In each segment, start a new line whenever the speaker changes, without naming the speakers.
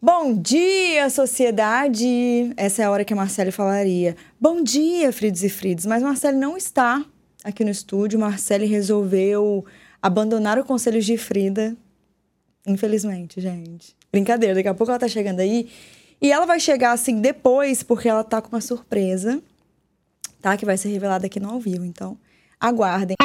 Bom dia, sociedade! Essa é a hora que a Marcele falaria. Bom dia, Fridos e Fridos. Mas Marcele não está aqui no estúdio. Marcele resolveu abandonar o Conselhos de Frida. Infelizmente, gente. Brincadeira, daqui a pouco ela tá chegando aí. E ela vai chegar assim depois, porque ela tá com uma surpresa, tá? Que vai ser revelada aqui no ao vivo. Então, aguardem.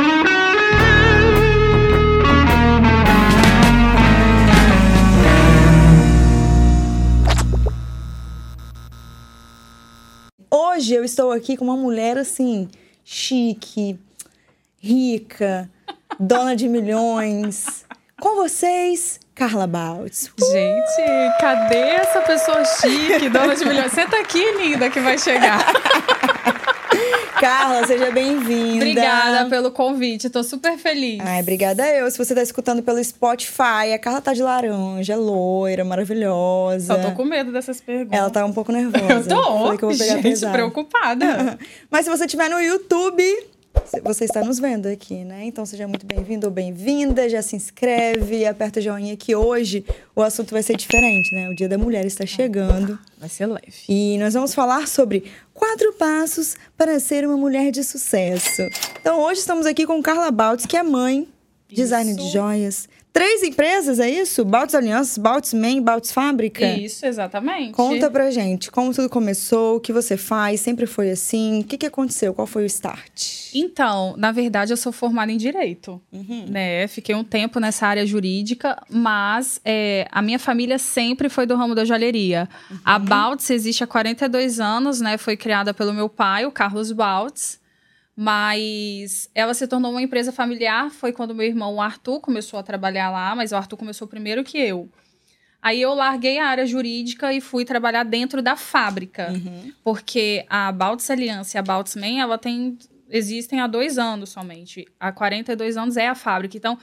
Hoje eu estou aqui com uma mulher assim, chique, rica, dona de milhões. Com vocês, Carla Bautz.
Gente, cadê essa pessoa chique, dona de milhões? Senta aqui, linda, que vai chegar.
Carla, seja bem-vinda.
Obrigada pelo convite, tô super feliz.
Ai, obrigada eu. Se você tá escutando pelo Spotify, a Carla tá de laranja, é loira, maravilhosa.
Só tô com medo dessas perguntas.
Ela tá um pouco nervosa.
Eu tô,
Falei que eu vou pegar
gente,
pesado.
preocupada.
Mas se você estiver no YouTube, você está nos vendo aqui, né? Então seja muito bem-vindo ou bem-vinda, já se inscreve, aperta o joinha que hoje o assunto vai ser diferente, né? O Dia da Mulher está chegando.
Vai ser leve.
E nós vamos falar sobre quatro passos para ser uma mulher de sucesso. Então hoje estamos aqui com Carla Baltz, que é mãe, designer de
Isso.
joias. Três empresas, é isso? Baltz Alianças, Baltz Men, Baltz Fábrica?
Isso, exatamente.
Conta pra gente como tudo começou, o que você faz, sempre foi assim, o que, que aconteceu, qual foi o start?
Então, na verdade, eu sou formada em direito. né? Fiquei um tempo nessa área jurídica, mas é, a minha família sempre foi do ramo da joalheria. A Baltz existe há 42 anos, né? Foi criada pelo meu pai, o Carlos Baltz. Mas ela se tornou uma empresa familiar. Foi quando meu irmão, o Arthur, começou a trabalhar lá, mas o Arthur começou primeiro que eu. Aí eu larguei a área jurídica e fui trabalhar dentro da fábrica. Porque a Baltz Aliança e a Baltz Man, ela tem, existem há dois anos somente. Há 42 anos é a fábrica. Então,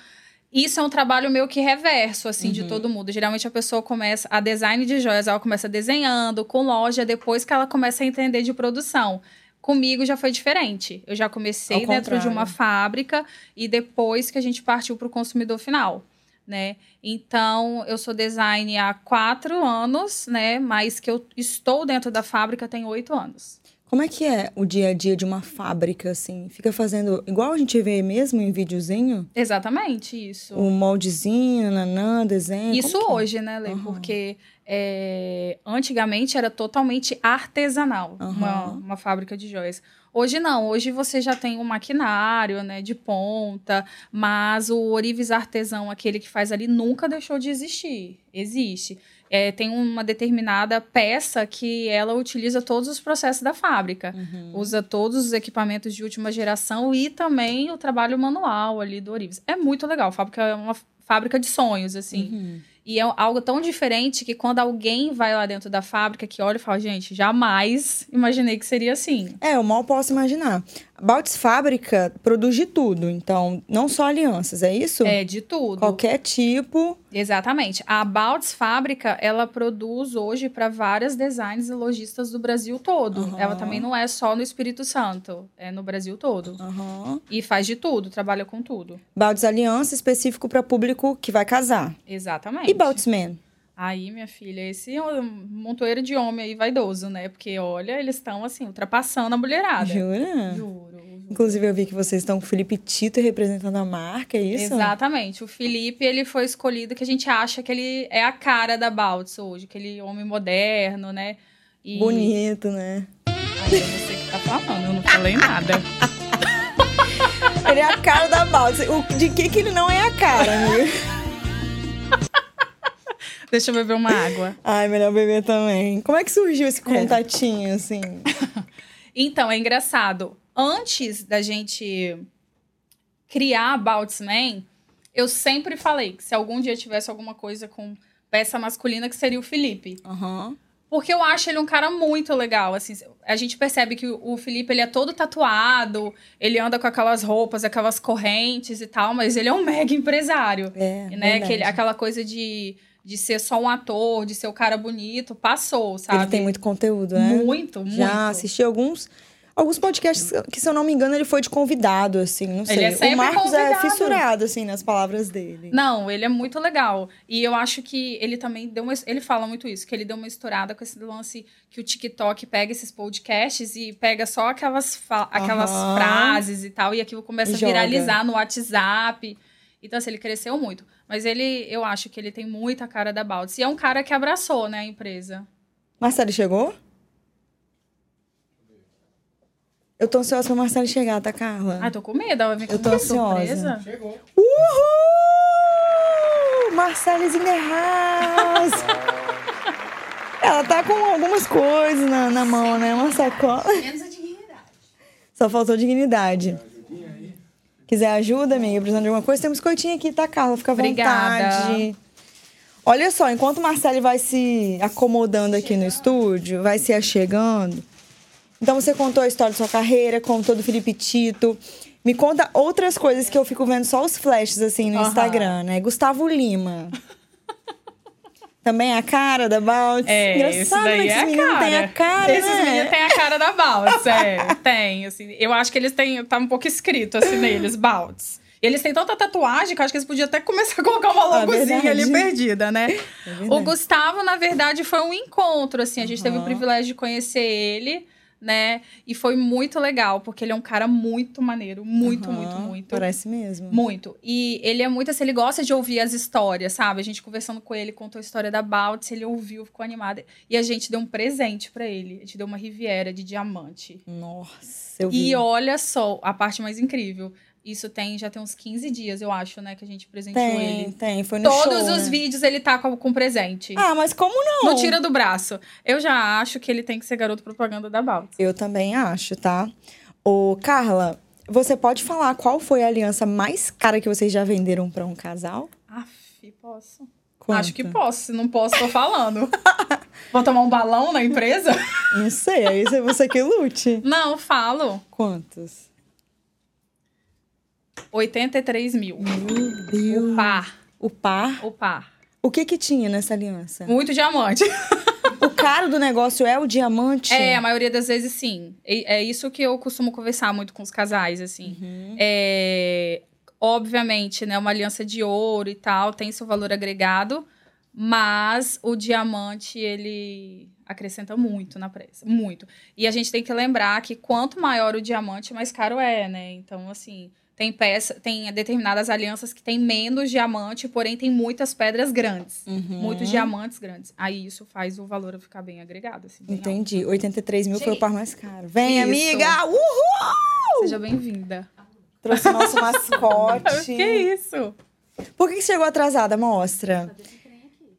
isso é um trabalho meio que reverso, assim,
Uhum.
de todo mundo. Geralmente a pessoa começa, a design de joias, ela começa desenhando, com loja, depois que ela começa a entender de produção. Comigo já foi diferente. Eu já comecei
Ao
dentro de uma
contrário.
fábrica e depois que a gente partiu para o consumidor final, né? Então, eu sou design há quatro anos, né? Mas que eu estou dentro da fábrica tem oito anos.
Como é que é o dia a dia de uma fábrica, assim? Fica fazendo igual a gente vê mesmo em videozinho?
Exatamente isso.
O moldezinho, nanã, desenho.
Isso
Hum, como que é?
hoje, né, Lê?
Aham.
Porque é, antigamente era totalmente artesanal
Aham.
uma, uma fábrica de joias. Hoje não, hoje você já tem um maquinário, né, de ponta, mas o Orives artesão, aquele que faz ali, nunca deixou de existir. Existe. É, tem uma determinada peça que ela utiliza todos os processos da fábrica.
Uhum.
Usa todos os equipamentos de última geração e também o trabalho manual ali do Orives. É muito legal. A fábrica é uma fábrica de sonhos, assim.
Uhum.
E é algo tão diferente que quando alguém vai lá dentro da fábrica que olha e fala, gente, jamais imaginei que seria assim.
É, eu mal posso imaginar. A Baltz Fábrica produz de tudo, então, não só alianças, é isso?
É de tudo.
Qualquer tipo.
Exatamente. A Baltz Fábrica, ela produz hoje para várias designers e lojistas do Brasil todo.
Aham.
Ela também não é só no Espírito Santo, é no Brasil todo.
Uhum.
E faz de tudo, trabalha com tudo.
Baltz Aliança específico para público que vai casar.
Exatamente.
E Baltz Men?
Aí, minha filha, esse é um montoeiro de homem aí vaidoso, né? Porque olha, eles estão assim ultrapassando a mulherada.
Jura?
Juro. juro.
Inclusive, eu vi que vocês estão com o Felipe Tito representando a marca, é isso?
Exatamente. O Felipe, ele foi escolhido que a gente acha que ele é a cara da Baltz hoje, aquele homem moderno, né? E...
Bonito, né?
Aí eu não sei o que tá falando, eu não falei nada.
Ele é a cara da Baltz. O- De que que ele não é a cara, amigo?
Deixa eu beber uma água.
Ai, melhor beber também. Como é que surgiu esse contatinho, assim?
Então, é engraçado. Antes da gente criar a Baltz Man, eu sempre falei que se algum dia tivesse alguma coisa com peça masculina, que seria o Felipe.
Aham.
Porque eu acho ele um cara muito legal, assim. A gente percebe que o o Felipe, ele é todo tatuado, ele anda com aquelas roupas, aquelas correntes e tal, mas ele é um mega empresário,
É,
né?
verdade.
Aquele- aquela coisa de, de ser só um ator, de ser o cara bonito, passou, sabe?
Ele tem muito conteúdo, né?
Muito, muito.
Já assisti alguns, alguns podcasts que, se eu não me engano, ele foi de convidado, assim, não sei.
Ele é sempre
o Marcos é
convidado.
fissurado, assim, nas palavras dele.
Não, ele é muito legal. E eu acho que ele também deu uma. Ele fala muito isso, que ele deu uma estourada com esse lance que o TikTok pega esses podcasts e pega só aquelas, fa- aquelas
Aham.
frases e tal, e aquilo começa
E
a
joga.
viralizar no WhatsApp. Então, assim, ele cresceu muito. Mas ele, eu acho que ele tem muita cara da Baldes. E é um cara que abraçou, né, a empresa.
Marcelo chegou? Eu tô ansiosa pra Marcelo chegar, tá, Carla?
Ai, Ah, tô com medo, vai vir com
Eu tô
uma
ansiosa.
surpresa.
Chegou.
Uhul! Marcele's in the house! Ela tá com algumas coisas na, na mão, né? Uma sacola.
Menos a dignidade.
Só faltou dignidade.
Ajudinha aí.
Quiser ajuda, amiga, precisando de alguma coisa, tem um biscoitinho aqui, tá, Carla? Fica à
Obrigada.
vontade. Olha só, enquanto o Marcelo vai se acomodando aqui no estúdio, vai se achegando. Então você contou a história da sua carreira, contou do Felipe Tito. Me conta outras coisas que eu fico vendo só os flashes assim no
Aham.
Instagram, né? Gustavo Lima. Também é a cara da Baltz.
É, esse
Engraçado, né?
daí
Que
é
esses
a
meninos
cara.
têm a cara,
Esses
né?
meninos têm a cara da Baltz, é. Tem, assim. Eu acho que eles têm... Tá um pouco escrito, assim, neles, Baltz. E eles têm tanta tatuagem que eu acho que eles podiam até começar a colocar uma
Ah,
logozinha ali
verdade.
perdida, né?
É verdade.
O Gustavo, na verdade, foi um encontro, assim. A gente teve o
Aham.
privilégio de conhecer ele, né? E foi muito legal, porque ele é um cara muito maneiro. Muito,
Aham,
muito, muito.
Parece mesmo.
Muito. E ele é muito assim, ele gosta de ouvir as histórias, sabe? A gente conversando com ele, contou a história da Baltz, ele ouviu, ficou animado. E a gente deu um presente pra ele. A gente deu uma Riviera de diamante.
Nossa, eu vi.
E olha só, a parte mais incrível. Isso tem, já tem uns 15 dias, eu acho, né? Que a gente presenteou
Tem,
ele.
tem. Foi no
Todos
show,
os
né?
vídeos ele tá com, com presente.
Ah, mas como não?
Não tira do braço. Eu já acho que ele tem que ser garoto propaganda da Baltz.
Eu também acho, tá? Ô, Carla, você pode falar qual foi a aliança mais cara que vocês já venderam pra um casal?
Aff, posso?
Conta.
Acho que posso. Se não posso, tô falando. Vou tomar um balão na empresa?
Não sei, aí você- você que lute.
Não, falo.
Quantos?
83 mil.
Meu Deus.
O par.
O par.
O par.
O que que tinha nessa aliança?
Muito diamante.
o caro do negócio é o diamante?
É, a maioria das vezes sim. E- É isso que eu costumo conversar muito com os casais, assim.
Uhum.
É, obviamente, né? Uma aliança de ouro e tal tem seu valor agregado, mas o diamante, ele acrescenta muito na pressa. Muito. E a gente tem que lembrar que quanto maior o diamante, mais caro é, né? Então, assim. Tem, peça, tem determinadas alianças que tem menos diamante, porém tem muitas pedras grandes.
Uhum.
Muitos diamantes grandes. Aí isso faz o valor ficar bem agregado, assim. bem alto.
Entendi. 83 mil foi o
Gente.
par mais caro. Vem,
Isso.
amiga! Uhul!
Seja bem-vinda.
Trouxe nosso mascote.
Que isso?
Por que que chegou atrasada? Mostra.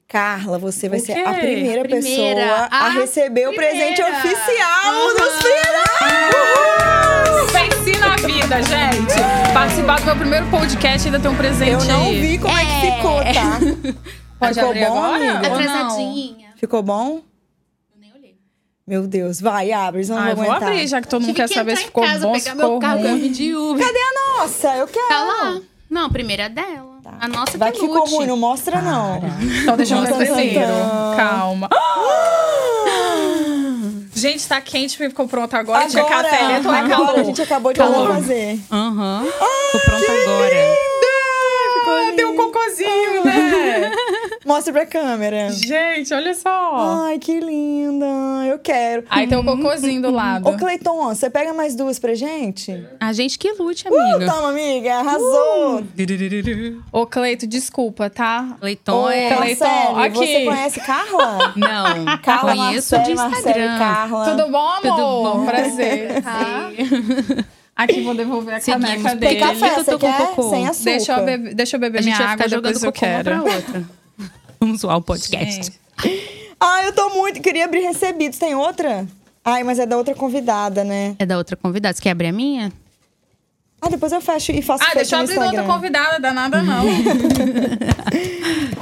Carla, você vai
O
ser
quê?
a primeira,
Primeira,
pessoa a,
a
receber o
primeira.
presente oficial dos
Venci na vida, gente. Participar do meu primeiro podcast ainda tem um presente
Eu não
aí.
vi como é,
É.
que ficou, tá?
Pode
Ficou
abrir
bom,
agora?
amiga?
Ou não?
Atrasadinha.
Ficou bom?
Eu nem olhei.
Meu Deus, vai, abre, senão
Ah,
não
eu
vou
vou
aguentar.
abrir, já que todo mundo
Tive
quer
que
saber
entrar
se
em
ficou
casa,
bom, se
pegar meu
ficou
carro que eu
ruim. um.
vim de Uber.
Nossa, eu quero.
Tá lá. Não, a primeira é dela. A nossa
Vai que
que
ficou
lute.
ruim, não mostra não.
Então deixa eu ver
Nossa,
primeiro.
Santana.
Calma. Gente, tá quente, porque ficou pronto agora. Tinha
Agora,
café, né? Tô
agora a gente acabou de
Calor.
fazer.
Aham.
Tô pronta agora.
Ah, Deu um cocôzinho, né?
Mostra pra câmera.
gente, olha só.
Ai, que linda. Eu quero.
Aí tem um cocôzinho do lado.
Ô, Cleiton, você pega mais duas pra gente?
A gente que lute,
Então,
amiga.
Toma, amiga,
Uh.
arrasou.
Diririru.
Ô, Cleito, desculpa, tá?
Leiton
Ô,
é.
Cleiton,
Marcelo,
aqui.
você conhece Carla?
Não,
Carla,
conheço
Marcelo,
de
Marcelo,
Instagram.
Carla.
Tudo bom, amor?
Tudo bom.
Prazer. tá? Aqui, vou devolver a
Seguimos.
caneca
Tem
Tem
dele.
café,
que eu
você
tô com
quer?
cocô.
Sem açúcar.
Deixa eu, beber, deixa eu beber
A gente
minha
vai
água,
ficar jogando
depois eu
cocô uma
quero. É.
pra outra. É. Vamos zoar o podcast.
Gente.
Ah, eu tô muito... Queria abrir recebidos. Tem outra? Ai, mas é da outra convidada, né?
É da outra convidada. Você quer abrir a minha?
Ah, depois eu fecho e faço
Ah,
foto
deixa eu
no
abrir da outra
Instagram.
convidada, danada não.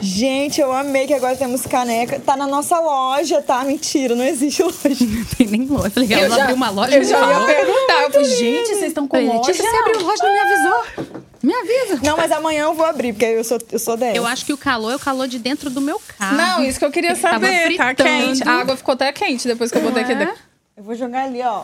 Gente, eu amei que agora temos caneca. Tá na nossa loja, tá? Mentira, não existe loja.
Não tem nem loja. Eu Falei, ela abriu uma loja.
eu
me
já ia
falou.
perguntar. Eu falei, gente, vocês estão com
Falei,
loja?
Letícia, você abriu loja, não me avisou. Me avisa.
Não, mas amanhã eu vou abrir, porque eu sou, eu sou dessa.
Eu acho que o calor é o calor de dentro do meu carro.
Não, isso que eu queria
Tava
saber. Tá
fritando.
quente. A água ficou até quente depois que eu botei aqui.
É?
dentro.
Eu vou jogar ali, ó.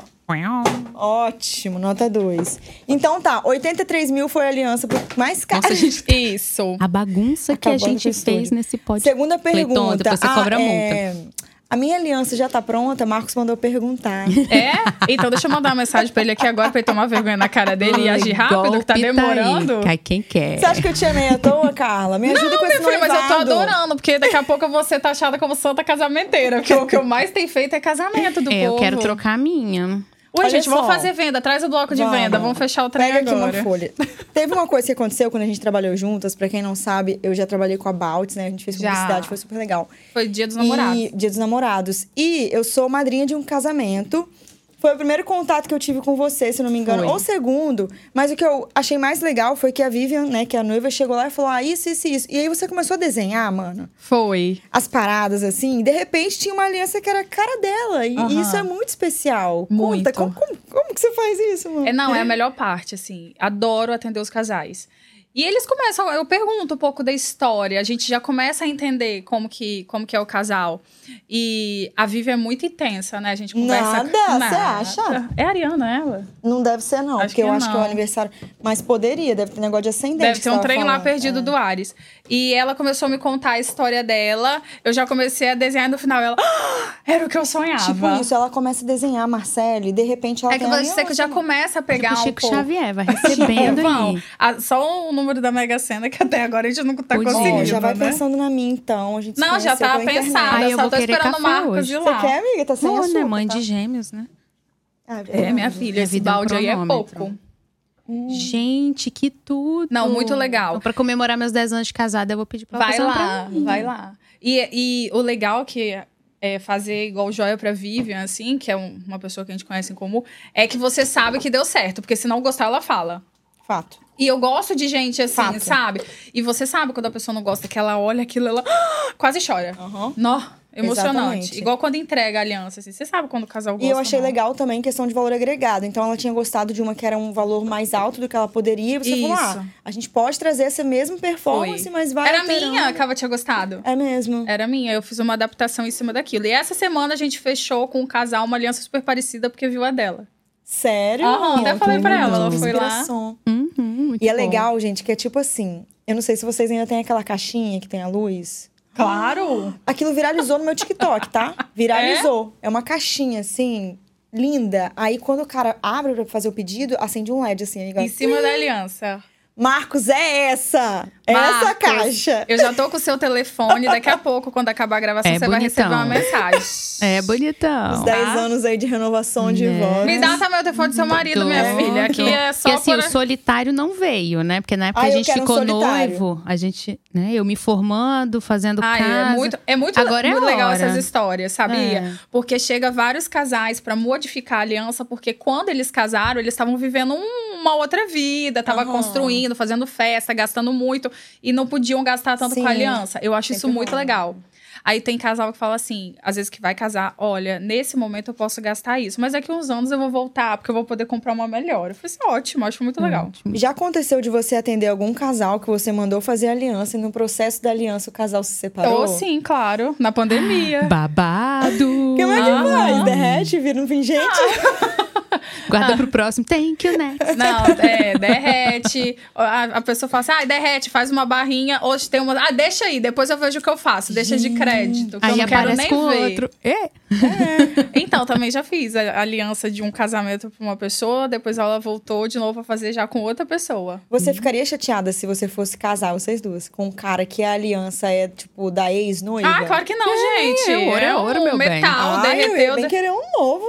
Ótimo, nota 2. Então tá, 83 mil foi a aliança pro- mais cara.
Nossa, gente.
Isso.
A bagunça
Tá Acabando
que a
com o
gente
estúdio.
fez nesse podcast.
Segunda
Cleiton,
pergunta. Ah, é-
depois você cobra a
A minha aliança já tá pronta? Marcos mandou perguntar.
É? Então deixa eu mandar uma mensagem pra ele aqui agora pra ele tomar vergonha na cara dele e agir rápido, que tá demorando.
Cai quem quer.
Você acha que eu te amei à toa, Carla? Me ajuda com esse
Minha filha, mas eu tô
noivado.
adorando, porque daqui a pouco eu vou ser taxada como santa casamenteira. Porque o que eu mais tenho feito é casamento do
É, eu
povo.
quero trocar a minha.
Ui,
Olha
gente,
só.
vamos fazer venda. Traz o bloco de
Vamos.
venda. Vamos fechar o trem
Pega aqui
agora.
uma folha. Teve uma coisa que aconteceu quando a gente trabalhou juntas. Pra quem não sabe, eu já trabalhei com a Baltz, né? A gente fez
Já.
publicidade, foi super legal.
Foi dia dos namorados.
E Dia dos Namorados. E eu sou madrinha de um casamento. Foi o primeiro contato que eu tive com você, se não me engano.
Foi.
Ou o segundo. Mas o que eu achei mais legal foi que a Vivian, né, que é a noiva, chegou lá e falou: ah, isso, isso, isso. E aí você começou a desenhar, mano,
Foi.
as paradas assim. E de repente tinha uma aliança que era a cara dela. E
Aham.
isso é muito especial. Conta,
Muito.
como, como, como que você faz isso, mano?
É, não, é a melhor parte, assim. Adoro atender os casais. E eles começam, eu pergunto um pouco da história, a gente já começa a entender como que, como que é o casal. E a Vivi é muito intensa, né? A gente conversa.
Nada, você acha?
É a Ariana, ela?
Não deve ser, não,
Acho
porque eu
que
acho que é o
não.
aniversário. Mas poderia, deve ter negócio de ascendente.
Deve
que
ter
você
um
tava
trem lá
falando.
é.
É.
perdido do Ares. E ela começou a me contar a história dela. Eu já comecei a desenhar e no final. Ela. "Ah, era o que eu sonhava.
Tipo isso, ela começa a desenhar a Marcele e de repente ela
é que
tem a
você que
aliança,
já
né?
começa a pegar
Tipo
um
Chico
pouco.
Xavier, vai recebendo
Vão,
aí.
a- só o número da Mega Sena, que até agora a gente não tá
Podia.
Ó,
conseguindo,
já vai
né?
pensando na minha, então. A gente se
Não, já
conheceu
tá
pela internet.
pensada.
Ai, eu
só
vou
tô
querer
esperando o
café
Marcos
hoje.
ir
Você
lá.
quer, amiga? Tá sem
Pô,
açúcar.
né? Mãe
tá?
de gêmeos, né?
Ah, verdade.
É, minha filha,
Minha
esse
vida é um
balde aí é
cronômetro.
pouco.
Gente, que tudo.
Hum. Não, muito legal.
Então, pra comemorar meus 10 anos de casada, eu vou pedir pra ela
Vai
fazer uma pra
lá,
né?
mim.
vai lá. E, e o legal que é fazer igual joia pra Vivian, assim, que é um- uma pessoa que a gente conhece em comum, é que você sabe que deu certo, porque se não gostar, ela fala.
Fato.
E eu gosto de gente assim,
Fato.
sabe? E você sabe quando a pessoa não gosta, que ela olha aquilo, ela "Ah!" quase chora.
Aham.
Nó, emocionante.
Exatamente.
Igual quando entrega a aliança, assim. Você sabe quando o casal gosta.
E eu achei
não.
legal também questão de valor agregado. Então ela tinha gostado de uma que era um valor mais alto do que ela poderia. E você falou:
Isso.
ah, a gente pode trazer essa mesma performance,
Foi.
mas vai.
Era
alterando.
minha, a Cava tinha gostado.
É mesmo.
Era minha, eu fiz uma adaptação em cima daquilo. E essa semana a gente fechou com um casal uma aliança super parecida, porque viu a dela.
Sério?
Aham, até falei pra ela, ela foi lá.
Inspiração.
Uhum, muito
E é
bom.
legal, gente, que é tipo assim. Eu não sei se vocês ainda têm aquela caixinha que tem a luz.
Claro!
Aquilo viralizou no meu TikTok, tá? Viralizou. É, uma caixinha, assim, linda. Aí quando o cara abre pra fazer o pedido, acende um LED, assim, amiga.
Em cima da aliança.
Marcos, é essa! É essa a
Marcos,
caixa!
Eu já tô com o seu telefone, daqui a pouco, quando acabar a gravação,
É
você vai receber
bonitão.
uma mensagem.
É
Os
bonitão.
10 anos aí de renovação de
Né?
voz.
Ah. Me dá também o telefone do seu marido, minha
Tudo.
filha. Aqui é só
E assim,
por...
o solitário não veio, né? Porque na
Ah,
época a
eu
gente
quero um
ficou
solitário.
noivo, a gente, né? Eu me formando, fazendo
Ai,
casa.
é muito, é muito,
Agora é
muito
a
legal
hora.
essas histórias, sabia?
É.
Porque chega vários casais pra modificar a aliança, porque quando eles casaram, eles estavam vivendo um- uma outra vida, tava
Aham.
construindo, fazendo festa, gastando muito e não podiam gastar tanto
Sim.
com a aliança. Eu acho isso
Sempre
muito
bom.
legal. Aí tem casal que fala assim, às vezes que vai casar, olha, nesse momento eu posso gastar isso, mas daqui uns anos eu vou voltar, porque eu vou poder comprar uma melhor. Eu falei assim, ótimo, acho muito
Hum.
legal.
Já aconteceu de você atender algum casal que você mandou fazer aliança e no processo da aliança o casal se separou?
Ou Oh, sim, claro, na pandemia.
É. Babado.
Como é que faz?
Aham.
Derrete, vira um pingente?
Ah.
Guarda pro próximo. Thank you, né?
Não, é, derrete. A, a pessoa fala assim, ah, derrete, faz uma barrinha. Hoje tem uma... Ah, deixa aí, depois eu vejo o que eu faço. Deixa de crédito, que eu
Aí
não quero nem
aparece com o
ver.
outro. É.
Então, também já fiz a aliança de um casamento pra uma pessoa. Depois ela voltou de novo a fazer já com outra pessoa.
Você ficaria chateada se você fosse casar, vocês duas, com um cara que a aliança é, tipo, da ex-noiva?
Ah, claro que não, gente.
é ouro, é ouro,
um
meu bem.
Ai,
metal,
eu ia
derreteu.
bem é. querer um novo.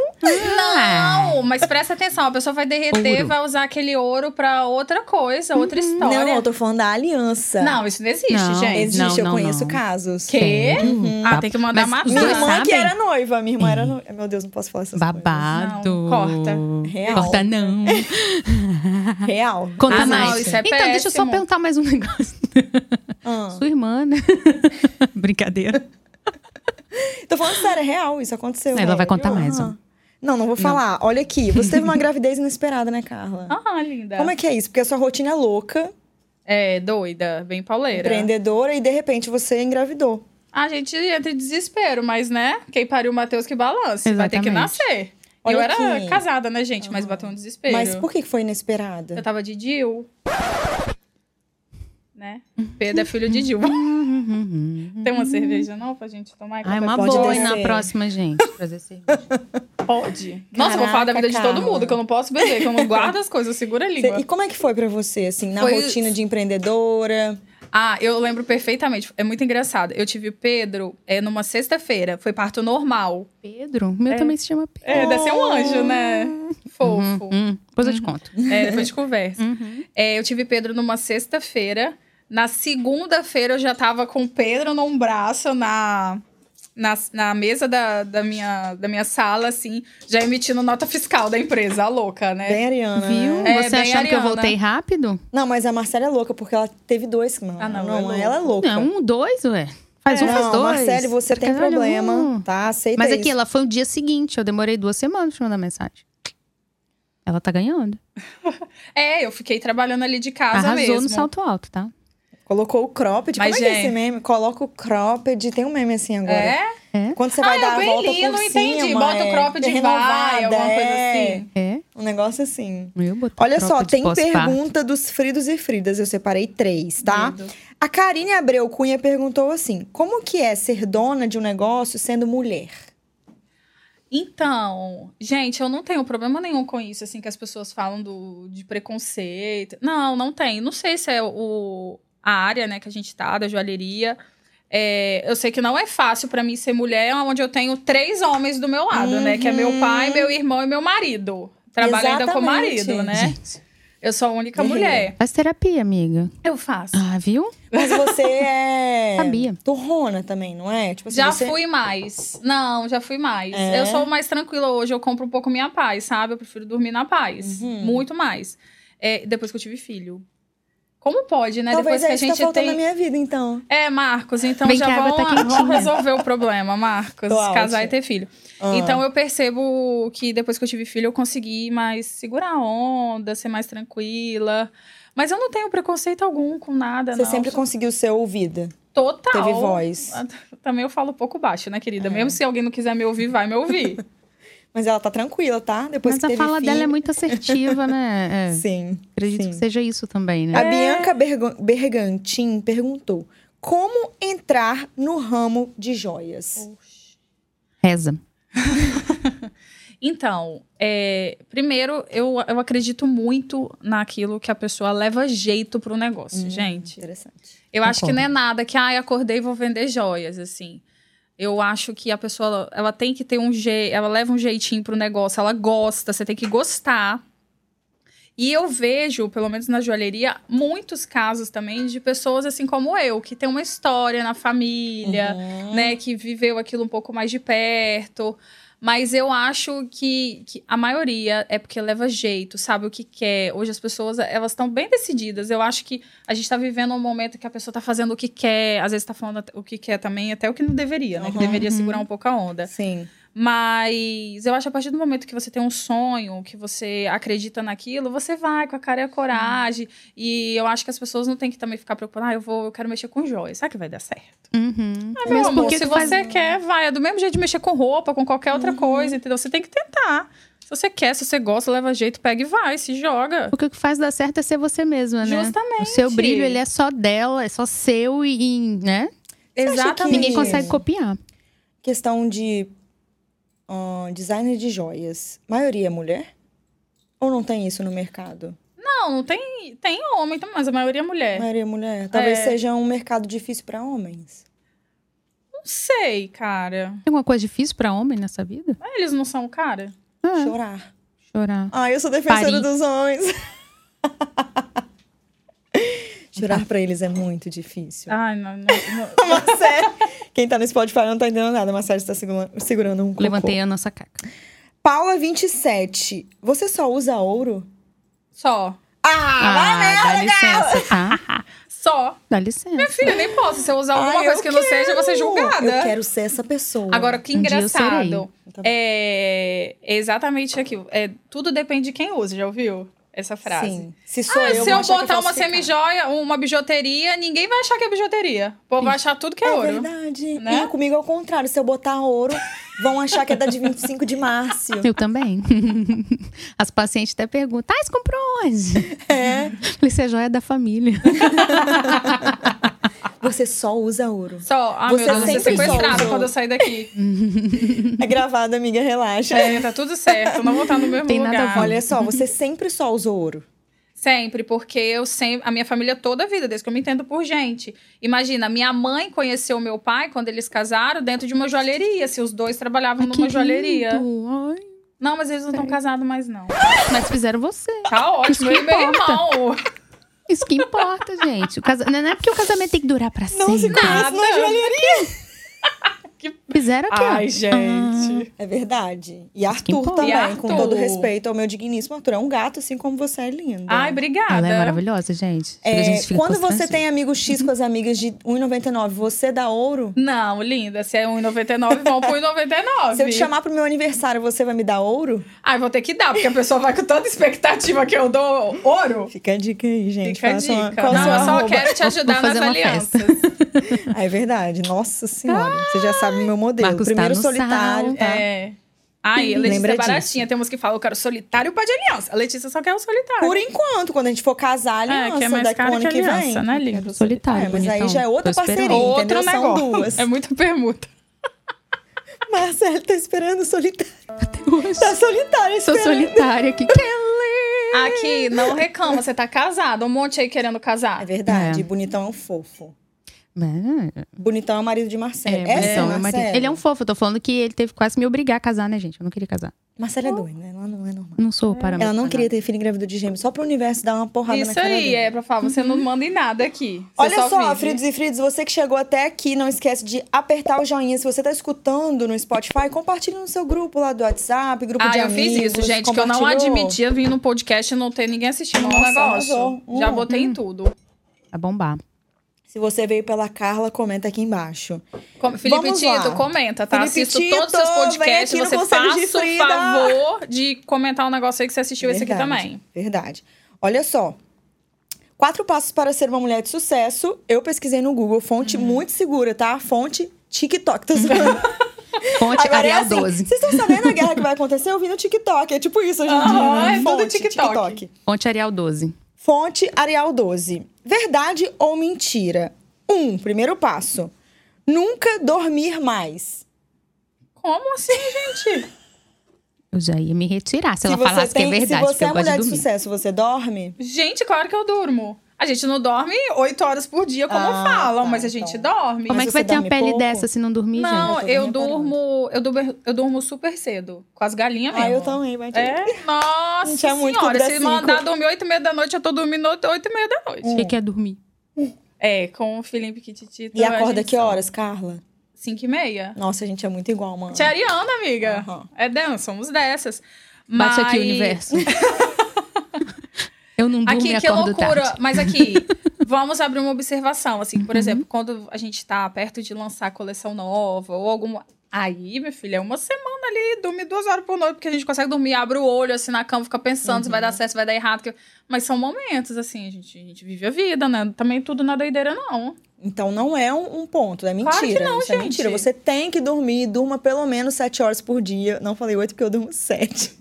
Não, mas presta atenção. A pessoa vai derreter,
Ouro.
vai usar aquele ouro pra outra coisa, outra história.
Hum, Não, eu tô falando da aliança.
Não, isso não existe,
Não,
gente.
Existe, eu
não,
conheço
não.
casos.
Que?
Uhum.
Ah, tem que mandar
Mas os
Minha
matar.
dois
irmã que
sabem? Hum.
era noiva, minha irmã era noiva. Meu Deus, não posso falar essas
Babado.
Não, corta.
Real.
Corta não.
coisas. Real.
Conta
Ah, não,
mais.
isso é
então, deixa eu só
péssimo.
perguntar mais um negócio.
Ah.
Sua irmã, né? Brincadeira.
Tô falando sério, é real, isso aconteceu.
Ela vai
Sério?
contar mais,
Aham. Não, não vou falar. Olha aqui, você teve uma gravidez inesperada, né, Carla?
Ah, linda.
Como é que é isso? Porque a sua rotina é louca,
É, doida, bem pauleira.
empreendedora, e de repente você engravidou.
A gente entra em desespero, mas né? Quem pariu o Matheus que balance. Vai ter que
Exatamente.
nascer.
Olha
eu era
aqui. Uhum.
casada, né, gente? Mas bateu um desespero.
Mas por que que foi
Eu
inesperada?
tava de Dil. Né? Pedro é filho de Dil. Tem uma cerveja não pra gente tomar?
Ah, é uma
Pode
boa, hein,
descer.
na próxima, gente. Trazer cerveja.
Pode. Nossa, eu vou falar da
Caraca,
vida de todo
Carla.
mundo, que eu não posso beber, que eu não guardo as coisas, eu seguro a língua.
Cê- e como é que foi pra você, assim, na
Foi-
rotina de empreendedora?
Ah, eu lembro perfeitamente. É muito engraçado. Eu tive o Pedro é, numa sexta-feira. Foi parto normal.
Pedro? O meu também se chama Pedro.
É, deve ser um anjo, né? Fofo.
Uhum,
Hum, depois eu te conto.
É, depois de conversa. É, eu tive Pedro numa sexta-feira. Na segunda-feira eu já tava com o Pedro num braço na, na, na mesa da, da, minha, da minha sala, assim, já emitindo nota fiscal da empresa, a louca, né?
Bem, Ariana. né?
É, Viu?
É,
Você
bem
achando que eu
Ariana.
voltei rápido?
Não, mas a Marcela é louca, porque ela teve dois. Não,
Ah, não,
não
é
ela é louca.
Não, um, dois, ué. Faz um, faz
não,
dois.
Marcele, você tem
Caralho,
problema,
um.
tá? Aceita
Mas aqui,
isso.
ela foi o dia seguinte. Eu demorei duas semanas pra mandar mensagem. Ela tá ganhando.
É, eu fiquei trabalhando ali de casa
Arrasou
mesmo.
no salto alto, tá?
Colocou o cropped. Como
Mas,
é que é
gente-
esse meme? Coloca o cropped. Tem um meme assim agora.
É?
Quando você vai
Ah,
dar
eu
a
bem
volta
li,
por
não
cima. é
entendi. Bota o crop de vai,
renovada,
alguma coisa
é.
assim.
É.
Um negócio assim.
Eu botei
Olha
tropa
só,
de
tem
pós-parto.
pergunta dos fridos e fridas. Eu separei três, tá?
Medo.
A Karine Abreu Cunha perguntou assim: como que é ser dona de um negócio sendo mulher?
Então, gente, eu não tenho problema nenhum com isso, assim, que as pessoas falam do, de preconceito. Não, não tem. Não sei se é o, a área, né, que a gente tá, da joalheria. É, eu sei que não é fácil pra mim ser mulher, onde eu tenho três homens do meu lado, né? Que é meu pai, meu irmão e meu marido. Trabalho ainda com o
Uhum. Exatamente.
marido, né?
Gente,
Eu sou a única
Guerreira.
mulher.
faz terapia, amiga.
Eu faço.
Ah, viu?
Mas você é.
Sabia.
Turrona também, não é? Tipo assim,
Já
você...
fui mais. Não, já fui mais.
É?
Eu sou mais tranquila hoje, eu compro um pouco minha paz, sabe? Eu prefiro dormir na paz.
Uhum.
Muito mais. É, depois que eu tive filho. Como pode, né?
Talvez é
depois
isso
que
tá
a gente
faltando na
tem.
minha vida, então.
É, Marcos, então
Vem
já
que a água
vão,
tá
vão
quentinha.
resolver o problema, Marcos.
Tô
casar
out.
e ter filho.
Tá Ah.
Então eu percebo que depois que eu tive filho, eu consegui mais segurar a onda, ser mais tranquila. Mas eu não tenho preconceito algum com nada.
Ah. Você
não.
sempre conseguiu ser ouvida.
Total.
Teve voz.
Também eu falo pouco baixo, né, querida? Mesmo se alguém não quiser me ouvir, vai me ouvir.
Mas ela tá tranquila, tá? Depois
Mas
que
a
teve
fala
filho.
dela é muito assertiva, né? É,
Sim.
acredito
sim.
que seja isso também,
Ah,
né?
A Bianca Bergo- Bergantin perguntou: como entrar no ramo de joias?
Reza.
Então, é, primeiro, eu, eu acredito muito naquilo que a pessoa leva jeito pro negócio, gente.
Interessante.
Eu acho que
Concordo.
não é nada que, ai, acordei e vou vender joias, assim. Eu acho que a pessoa, ela- ela tem que ter um jeito, ela leva um jeitinho pro negócio, ela gosta, você tem que gostar. E eu vejo, pelo menos na joalheria, muitos casos também de pessoas assim como eu, que tem uma história na família,
Uhum.
né, que viveu aquilo um pouco mais de perto. Mas eu acho que, que a maioria é porque leva jeito, sabe o que quer. Hoje as pessoas, elas estão bem decididas. Eu acho que a gente tá vivendo um momento que a pessoa tá fazendo o que quer, às vezes tá falando o que quer também, até o que não deveria, né?
Uhum.
Que deveria segurar um pouco a onda.
Sim.
Mas eu acho que a partir do momento que você tem um sonho, que você acredita naquilo, você vai com a cara e a coragem. E eu acho que as pessoas não têm que também ficar preocupadas, ah, eu vou, eu quero mexer com joias. Será que vai dar certo?
Uhum.
Ah, meu amor,
porque
se
tu faz- Uhum.
você quer, vai. É do mesmo jeito de mexer com roupa, com qualquer outra coisa, entendeu? Você tem que tentar. Se você quer, se você gosta, leva jeito, pega e vai, se joga.
Porque o que faz dar certo é ser você mesma, né?
Justamente.
O seu brilho, ele é só dela, é só seu e, e, né?
Sim.
Exatamente.
Ninguém consegue copiar.
Questão de ah, designer de joias. Maioria é mulher? Ou não tem isso no mercado?
Não, não tem. Tem homem também, mas a maioria é mulher.
Maioria é mulher. Talvez
É.
seja um mercado difícil pra homens.
Não sei, cara.
Tem alguma coisa difícil pra homem nessa vida?
Ah, Eles não são, cara?
Ah,
Chorar.
chorar.
Ah, eu sou defensora
Parir.
dos homens. Chorar pra eles é muito difícil.
Ai, não- não- não.
Marcelo. Quem tá no Spotify não tá entendendo nada. Marcelo está segura- segurando um cocô.
Levantei a nossa caca.
Paula 27. Você só usa ouro?
Só.
Ah,
Ah, dá licença, tá?
Só.
Dá licença.
Filha, nem posso. Se eu usar alguma
Ai,
coisa
eu
que não seja, eu vou ser julgada.
Eu quero ser essa pessoa.
Agora, que
Um dia eu serei.
engraçado.
Tá bom.
É é exatamente aquilo. É, tudo depende de quem usa, já ouviu? essa frase.
Sim. Se sou
Ah,
eu,
se
vão
eu
achar que
botar uma
falsificado.
semijoia, uma bijuteria, ninguém vai achar que é bijuteria. O povo vai achar tudo que é,
é
ouro.
verdade.
né?
E comigo é o contrário. Se eu botar ouro, vão achar que é da de 25 de março.
Eu também. As pacientes até perguntam: Ah, você comprou onde?
É.
Falei, Isso é joia da família.
Você só usa ouro.
Só, ah,
Você
meu Deus, você
sempre
sequestrada
solta.
quando eu sair daqui.
É gravado, amiga, relaxa.
É, tá tudo certo, não vou estar no mesmo
Tem
lugar.
nada a ver.
Olha só, você sempre só usou ouro.
Sempre, porque eu sempre. A minha família toda a vida, desde que eu me entendo por gente. Imagina, minha mãe conheceu meu pai quando eles casaram dentro de uma joalheria. Se os dois trabalhavam
Ai, que
numa joalheria.
lindo. Ai,
Não, mas eles não estão casados mais, não.
Mas fizeram você.
Tá ótimo, eu e meu
importa.
irmão.
Isso que importa, gente. O casa- Não é porque o casamento tem que durar pra
Não se
sempre.
conhece na joalheria.
Fizeram aqui, ó.
Ai, gente.
É verdade. E
que
Arthur
importa.
também,
E
com
Arthur.
todo respeito ao meu digníssimo Arthur. É um gato, assim como você é linda.
Ai, obrigada.
Ela é maravilhosa, gente.
É,
A gente fica
quando você
constrangida.
tem amigo X com as amigas de 1,99, você dá ouro?
Não, linda, se é 1,99, vão pro 1,99.
Se eu te chamar pro meu aniversário, você vai me dar ouro?
Ai, vou Ah, ter que dar, porque a pessoa vai com tanta expectativa que eu dou ouro.
Fica a dica aí, gente.
Fica a
Faça uma-
dica.
qual o
Não,
seu
eu só
arroba?
quero te
Vou-
ajudar
vou fazer
nas
uma
alianças.
Ah, é verdade. Nossa senhora. Você já sabe o meu modelo.
Marcos tá
Primeiro
no
solitário.
sal.
tá?
É. Ai, a Letícia
Lembra
é baratinha. Tem umas que falam, eu quero solitário para de aliança. A Letícia só quer o solitário.
Por enquanto, quando a gente for casar,
é,
aliança,
que é mais
daqui o
caro
ano
que
que,
aliança,
vem.
né, lindo?
Solitário,
É, mas aí
bonitão.
já é outra
Tô esperando.
parceria.
Outro
entendeu? São
negócio.
duas.
É muita permuta.
Marcelo tá esperando solitário. Tá solitário
Sou
esperando.
solitária é? aqui.
Aqui, não reclama, você tá casado. Um monte aí querendo
É
casar.
verdade.
É.
Bonitão é um fofo.
É,
Bonitão é o marido de Marcelo. É, sim,
então, meu
Marcelo.
marido. Ele é um fofo, eu tô falando que ele teve quase me obrigar a casar, né, gente? Eu não queria casar.
Marcelo é doido, né? Ela não é normal.
Não sou parâmetro.
Ela não
pra
queria ter filho engravidou de gêmeos, só pro universo dar uma porrada na
Isso
cara
aí,
dele.
é pra falar, você não manda em nada aqui. Você
Uhum. Olha só,
vive.
Fridos e Fridos, você que chegou até aqui, não esquece de apertar o joinha. Se você tá escutando no Spotify, compartilha no seu grupo lá do WhatsApp, grupo
Ah,
de
eu
amigos.
fiz isso, gente, que eu não
compartilhou.
admitia vir no podcast e não ter ninguém assistindo o meu
Nossa,
negócio.
arrasou. Hum.
Já botei em tudo.
nada. Pra bombar.
Se você veio pela Carla, comenta aqui embaixo.
Com- Felipe
Vamos lá.
Tito, comenta, tá?
Felipe
Assisto
Tito,
todos os seus podcasts.
vem aqui
Você
no Conselho de
faça o
Frida.
favor de comentar o negócio aí que você assistiu esse aqui
Verdade,
também.
Verdade. Olha só. Quatro passos para ser uma mulher de sucesso. Eu pesquisei no Google,
Uhum.
fonte muito segura, tá? Fonte TikTok. Tô zoando.
Fonte
Agora
Arial
é assim,
12.
Vocês estão sabendo a guerra que vai acontecer? Eu vi no TikTok. É tipo isso hoje em dia.
Aham,
né?
é tudo
Fonte,
TikTok.
Fonte Arial 12.
Fonte Arial 12. Verdade ou mentira? Um, primeiro passo. Nunca dormir mais.
Como assim, gente?
Eu já ia me retirar se, ela
você
falasse que é
tem- Se
verdade, porque
você é
eu gosto de
mulher de,
dormir.
sucesso, você dorme?
gente, claro que eu durmo. A gente não dorme oito horas por dia, como
Ah,
falam,
tá,
mas a gente
então.
dorme.
Como
Mas
é que
você
vai ter uma
dorme
pele
pouco?
dessa se não dormir,
não,
gente?
gente, eu tô
eu
dormindo
durmo, eu durmo, eu durmo super cedo, com as
É
galinhas mesmo.
Ah, eu também, vai ter.
É? Nossa
Gente, é muito
senhora,
cobra
se
cinco.
mandar dormir oito e meia da noite, eu tô dormindo oito e meia da noite.
Um.
O que, que é dormir?
É, com o Felipe Kititito.
E acorda
aqui
que horas, Carla?
Cinco e meia.
Nossa, a gente é muito igual, mano.
Tia Ariana, amiga.
Aham.
É dança, somos dessas.
Bate
Mas-
aqui o universo. eu
Um
não durmo e
Aqui, que
acordo
loucura.
tarde.
Mas aqui, vamos abrir uma observação. Assim,
Uhum.
por exemplo, quando a gente tá perto de lançar a coleção nova ou alguma. Aí, meu filho, é uma semana ali, dorme duas horas por noite, porque a gente consegue dormir, abre o olho assim na cama, fica pensando se vai
Uhum.
dar certo, se vai dar errado. que- Mas são momentos, assim, a gente, a gente vive a vida, né? Também tudo na doideira, não.
Então não é um, um ponto, é mentira.
Claro que não,
isso é
gente.
mentira. Você tem que dormir, durma pelo menos sete horas por dia. Não falei oito porque eu durmo sete.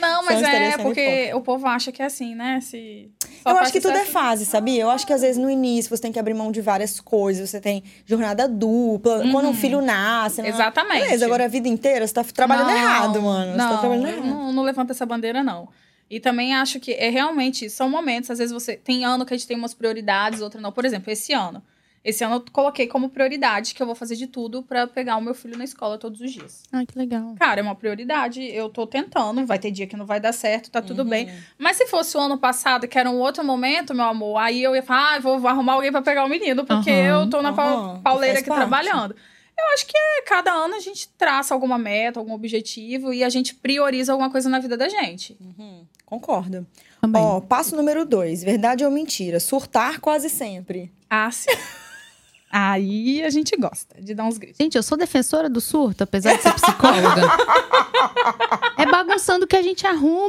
Não,
Só
mas
estaria
é
sendo
porque o povo acha que é assim, né? Se só
eu
faz
acho que tudo é
sucesso-
fase, sabia? Eu acho que às vezes no início você tem que abrir mão de várias coisas, você tem jornada dupla, quando um filho nasce. né?
Uhum. Exatamente.
Beleza, agora a vida inteira você tá trabalhando
Não,
errado, mano.
Não,
você tá trabalhando
eu
errado.
não, não levanta essa bandeira, não. E também acho que é realmente, são momentos, às vezes você tem ano que a gente tem umas prioridades, outra não. Por exemplo, esse ano. Esse ano eu coloquei como prioridade que eu vou fazer de tudo pra pegar o meu filho na escola todos os dias.
Ai, Ah, que legal.
Cara, é uma prioridade, eu tô tentando, vai ter dia que não vai dar certo, tá tudo bem.
Uhum.
Mas se fosse o ano passado, que era um outro momento, meu amor, aí eu ia falar, ah, vou, vou arrumar alguém pra pegar o menino, porque
Aham,
eu tô na pa-
aham,
pauleira
faz
aqui
parte.
trabalhando. Eu acho que é, cada ano a gente traça alguma meta, algum objetivo e a gente prioriza alguma coisa na vida da gente.
Uhum, Concordo.
Também.
Ó, passo número dois: verdade ou mentira? Surtar quase sempre.
Ah, sim. Aí a gente gosta de dar uns gritos.
Gente, eu sou defensora do surto, apesar de ser psicóloga. é bagunçando que a gente arruma.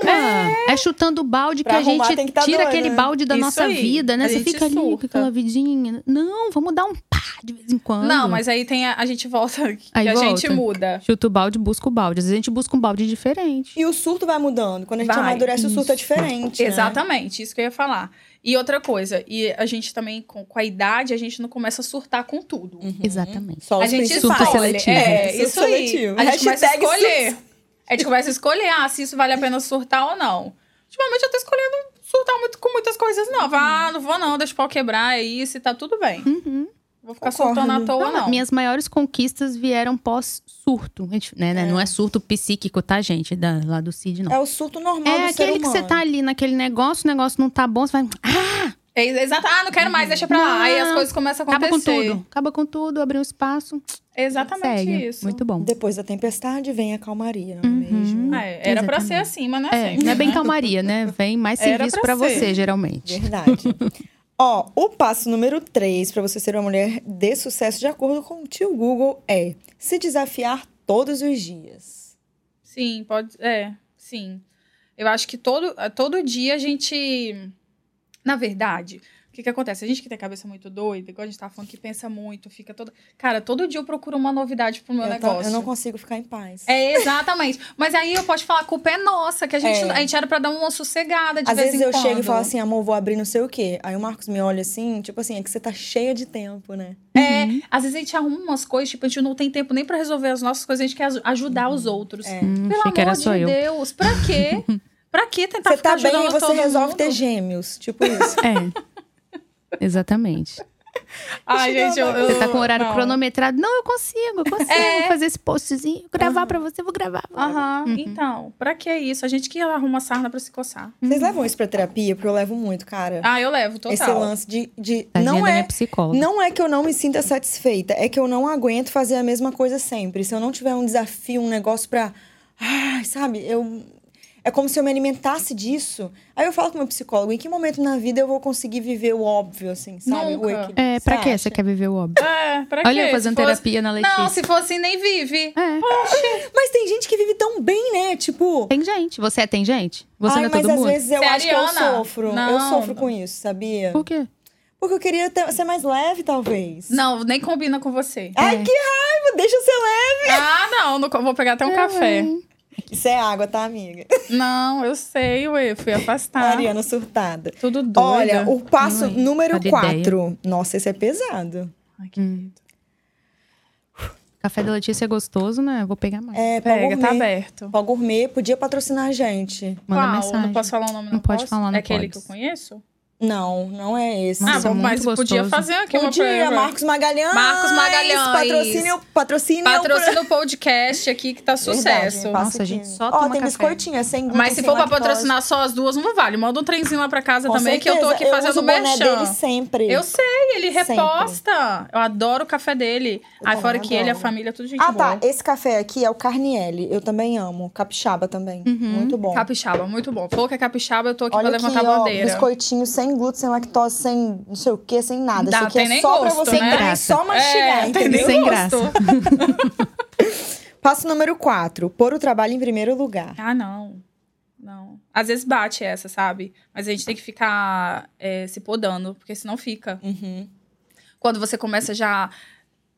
É, chutando o balde
Pra
que a
arrumar
gente
tem que tá
tira
doido,
aquele
né?
balde da
Isso
nossa
aí,
vida, né?
a
Você
gente
fica ali com
surta.
aquela vidinha. Não, vamos dar um pá de vez em quando.
Não, mas aí tem a, a gente volta, que
Aí
a
volta.
gente muda.
Chuta o balde, busca o balde. Às vezes a gente busca um balde diferente.
E o surto vai mudando. Quando a gente
Vai,
amadurece, o surto é
isso.
diferente. né?
Exatamente, isso que eu ia falar. E outra coisa, e a gente também, com, com a idade, a gente não começa a surtar com tudo.
Exatamente.
Só
A
os
gente
principais.
surta
escolhe.
seletivo.
É,
Surto
isso aí.
seletivo.
A gente começa a
Hashtag
escolher. A gente começa a escolher, ah, se isso vale a pena surtar ou não. Ultimamente eu tô escolhendo surtar muito, com muitas coisas não. Ah, não vou não, deixa o pau quebrar, é isso e tá tudo bem.
Uhum.
Vou ficar
Concordo.
soltando à toa,
Não,
não.
Minhas maiores conquistas vieram pós-surto. Gente, Né, né? Não é surto psíquico, tá, gente? Da- lá do Cid, não.
É o surto normal
É
do ser
aquele que você
humano.
tá ali naquele negócio, o negócio não tá bom, você vai.
É, exato. Ah, não quero mais, deixa pra lá. Aí as coisas começam a
Acaba com
acontecer.
tudo. Acaba com tudo, abrir um espaço.
Exatamente
segue.
isso.
Muito bom.
Depois da tempestade vem a calmaria, não é mesmo?
Ah, é, era pra
Exatamente.
ser assim, mas não é,
É,
sempre,
não é bem
né?
calmaria, né? Vem mais
Era
serviço pra
pra ser.
você, geralmente.
Verdade. Ó, o passo número 3 para você ser uma mulher de sucesso, de acordo com o tio Google, é se desafiar todos os dias.
Sim, pode. É, sim. Eu acho que todo, eh, todo dia a gente. Na verdade, o que, que acontece? A gente que tem a cabeça muito doida, igual a gente tava falando, que pensa muito, fica toda. Cara, todo dia eu procuro uma novidade pro meu
eu, tô-
negócio.
eu não consigo ficar em paz.
É, exatamente. Mas aí eu posso falar, a culpa é nossa, que a gente,
É.
a gente era pra dar uma sossegada de
Às
vez
vezes
em
eu
quando.
chego e falo assim, amor, vou abrir não sei o quê. Aí o Marcos me olha assim, tipo assim, é que você tá cheia de tempo, né?
É, às vezes a gente arruma umas coisas, tipo, a gente não tem tempo nem pra resolver as nossas coisas, a gente quer aj- ajudar os outros.
É.
Pelo
Hum, achei
amor
que era
de
só eu.
Deus, pra quê? pra quê tentar
você
ficar
tá bem
ajudando
e você
todo
resolve
mundo?
ter gêmeos. Tipo isso.
É. Exatamente.
Ai,
Chegou
gente, eu,
agora.
eu-
Você tá com o horário
Oh, não.
cronometrado. Não, eu consigo, eu consigo
É. Ah.
fazer esse postzinho, gravar pra você, vou gravar.
Aham,
Uhum.
então, pra que isso? A gente que arruma sarna pra se coçar.
Vocês levam isso pra terapia? Porque eu levo muito, cara.
Ah, eu levo, total.
É. Esse lance de. de
Tadinha
não
da
é
minha psicóloga.
Não é que eu não me sinta satisfeita, é que eu não aguento fazer a mesma coisa sempre. Se eu não tiver um desafio, um negócio pra. Ai, sabe? Eu. É como se eu me alimentasse disso. Aí eu falo com meu psicólogo, em que momento na vida eu vou conseguir viver o óbvio, assim, sabe?
Nunca.
O equilíbrio. Tá.
É, pra quê?
acha?
Você quer viver o óbvio?
É, pra
Olha
quê?
eu fazendo
Se fosse-
terapia na Letícia.
Não, se fosse assim, nem vive.
É.
Mas tem gente que vive tão bem, né? Tipo.
Tem gente. Você é tem gente? Você
ai,
não é
mas
todo
às
mundo?
vezes eu
Você é
acho que eu
ariana?
sofro. eu
Não.
sofro com isso, sabia?
Por quê?
Porque eu queria ter- ser mais leve, talvez.
Não, nem combina com você.
Ai,
É.
que raiva! Deixa eu ser leve.
ah, não, não co- vou pegar até um café.
Isso é água, tá, amiga?
Não, eu sei, ué, fui
Tá.
afastar.
Ariana surtada.
Tudo doido.
Olha, o passo
Ai,
número
cada
4. Nossa, esse é pesado.
Café da Letícia é gostoso, né? Eu Vou pegar mais.
É, pra
Pega,
gourmet.
tá aberto.
Pra gourmet, podia patrocinar a gente.
Manda
Qual?
mensagem.
Ah, Não posso falar o nome, não,
Não pode
posso?
falar, não
É aquele
pode.
que eu conheço?
Não, não é esse.
Nossa,
ah, bom, mas
muito
podia
gostoso.
fazer aqui
Bom
uma
dia,
prova.
Marcos Magalhães.
Marcos Magalhães.
Patrocínio, patrocínio.
Patrocina o podcast aqui que tá sucesso.
Nossa, gente, só
Ó,
toma
tem
café.
biscoitinho, é sem glúten,
Mas se
sem
for pra
lactose.
patrocinar só as duas, não vale. Manda um trenzinho lá pra casa
Com
também, que eu tô
certeza,
aqui fazendo
uso o boné
merchan.
dele sempre.
Eu sei, ele
Sempre.
reposta. Eu adoro o café dele.
Eu
Aí
também
fora que
adoro.
ele, a família, é tudo gente
Ah, tá.
boa.
Esse café aqui é o Carnielli. Eu também amo. Capixaba também.
Uhum.
Muito é bom.
Capixaba, muito bom. Falou que é capixaba, eu tô aqui
Olha
pra levantar
aqui,
a
ó,
bandeira.
biscoitinho sem glúten, sem lactose, sem não sei o que, sem nada.
Dá,
Isso aqui
tem
é
nem
só pra
gosto,
você
né?
entrar e só mastigar,
é,
entendeu?
entendeu?
Sem graça.
Passo número 4. Pôr o trabalho em primeiro lugar.
Ah, não. Não. Às vezes bate essa, sabe? Mas a gente tem que ficar é, se podando, porque senão fica.
Uhum.
Quando você começa já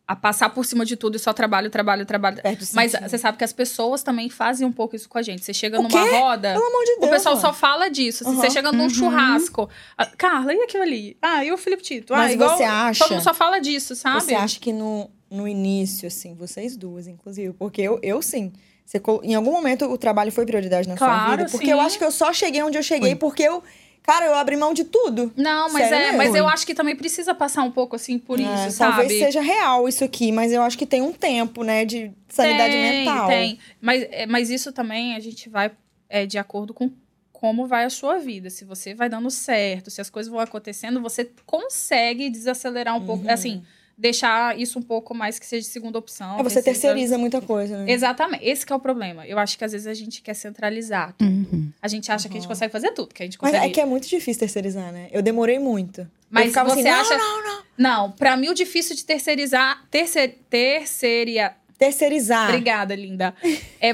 a passar por cima de tudo e só trabalho, trabalho, trabalho.
Perde o
Mas
sentido.
você sabe que as pessoas também fazem um pouco isso com a gente. Você chega
O
numa
quê?
roda.
Pelo amor de Deus.
O pessoal
mano.
só fala disso. assim,
Uhum.
Você chega num
Uhum.
churrasco. Ah, Carla, e aquilo ali? Ah, e o Felipe Tito? Ah,
Mas
igual.
você acha.
Todo mundo só fala disso, sabe?
Você acha que no, no início, assim, vocês duas, inclusive, porque eu, eu sim. Você colo- Em algum momento o trabalho foi prioridade na
Claro,
sua vida. Porque
sim.
eu acho que eu só cheguei onde eu cheguei, porque eu. Cara, eu abri mão de tudo.
Não, mas
Sério
é,
mesmo?
mas eu acho que também precisa passar um pouco assim por
É,
isso, sabe?
talvez seja real isso aqui, mas eu acho que tem um tempo, né, de sanidade
tem,
mental.
Tem, mas, é, mas isso também a gente vai é, de acordo com como vai a sua vida. Se você vai dando certo, se as coisas vão acontecendo, você consegue desacelerar um pouco.
Uhum.
Assim, deixar isso um pouco mais que seja segunda opção.
É, você
terceira-
terceiriza muita coisa, né?
Exatamente. Esse que é o problema. Eu acho que às vezes a gente quer centralizar. tudo.
Uhum.
A gente acha que a gente consegue fazer tudo, que a gente
Mas
consegue.
é que é muito difícil terceirizar, né? Eu demorei muito. Eu
Mas
ficava
você
assim, "Não,
acha. Não, não, não. pra mim o difícil de terceirizar. Terceir, terceiria,
Terceirizar.
Obrigada, linda. É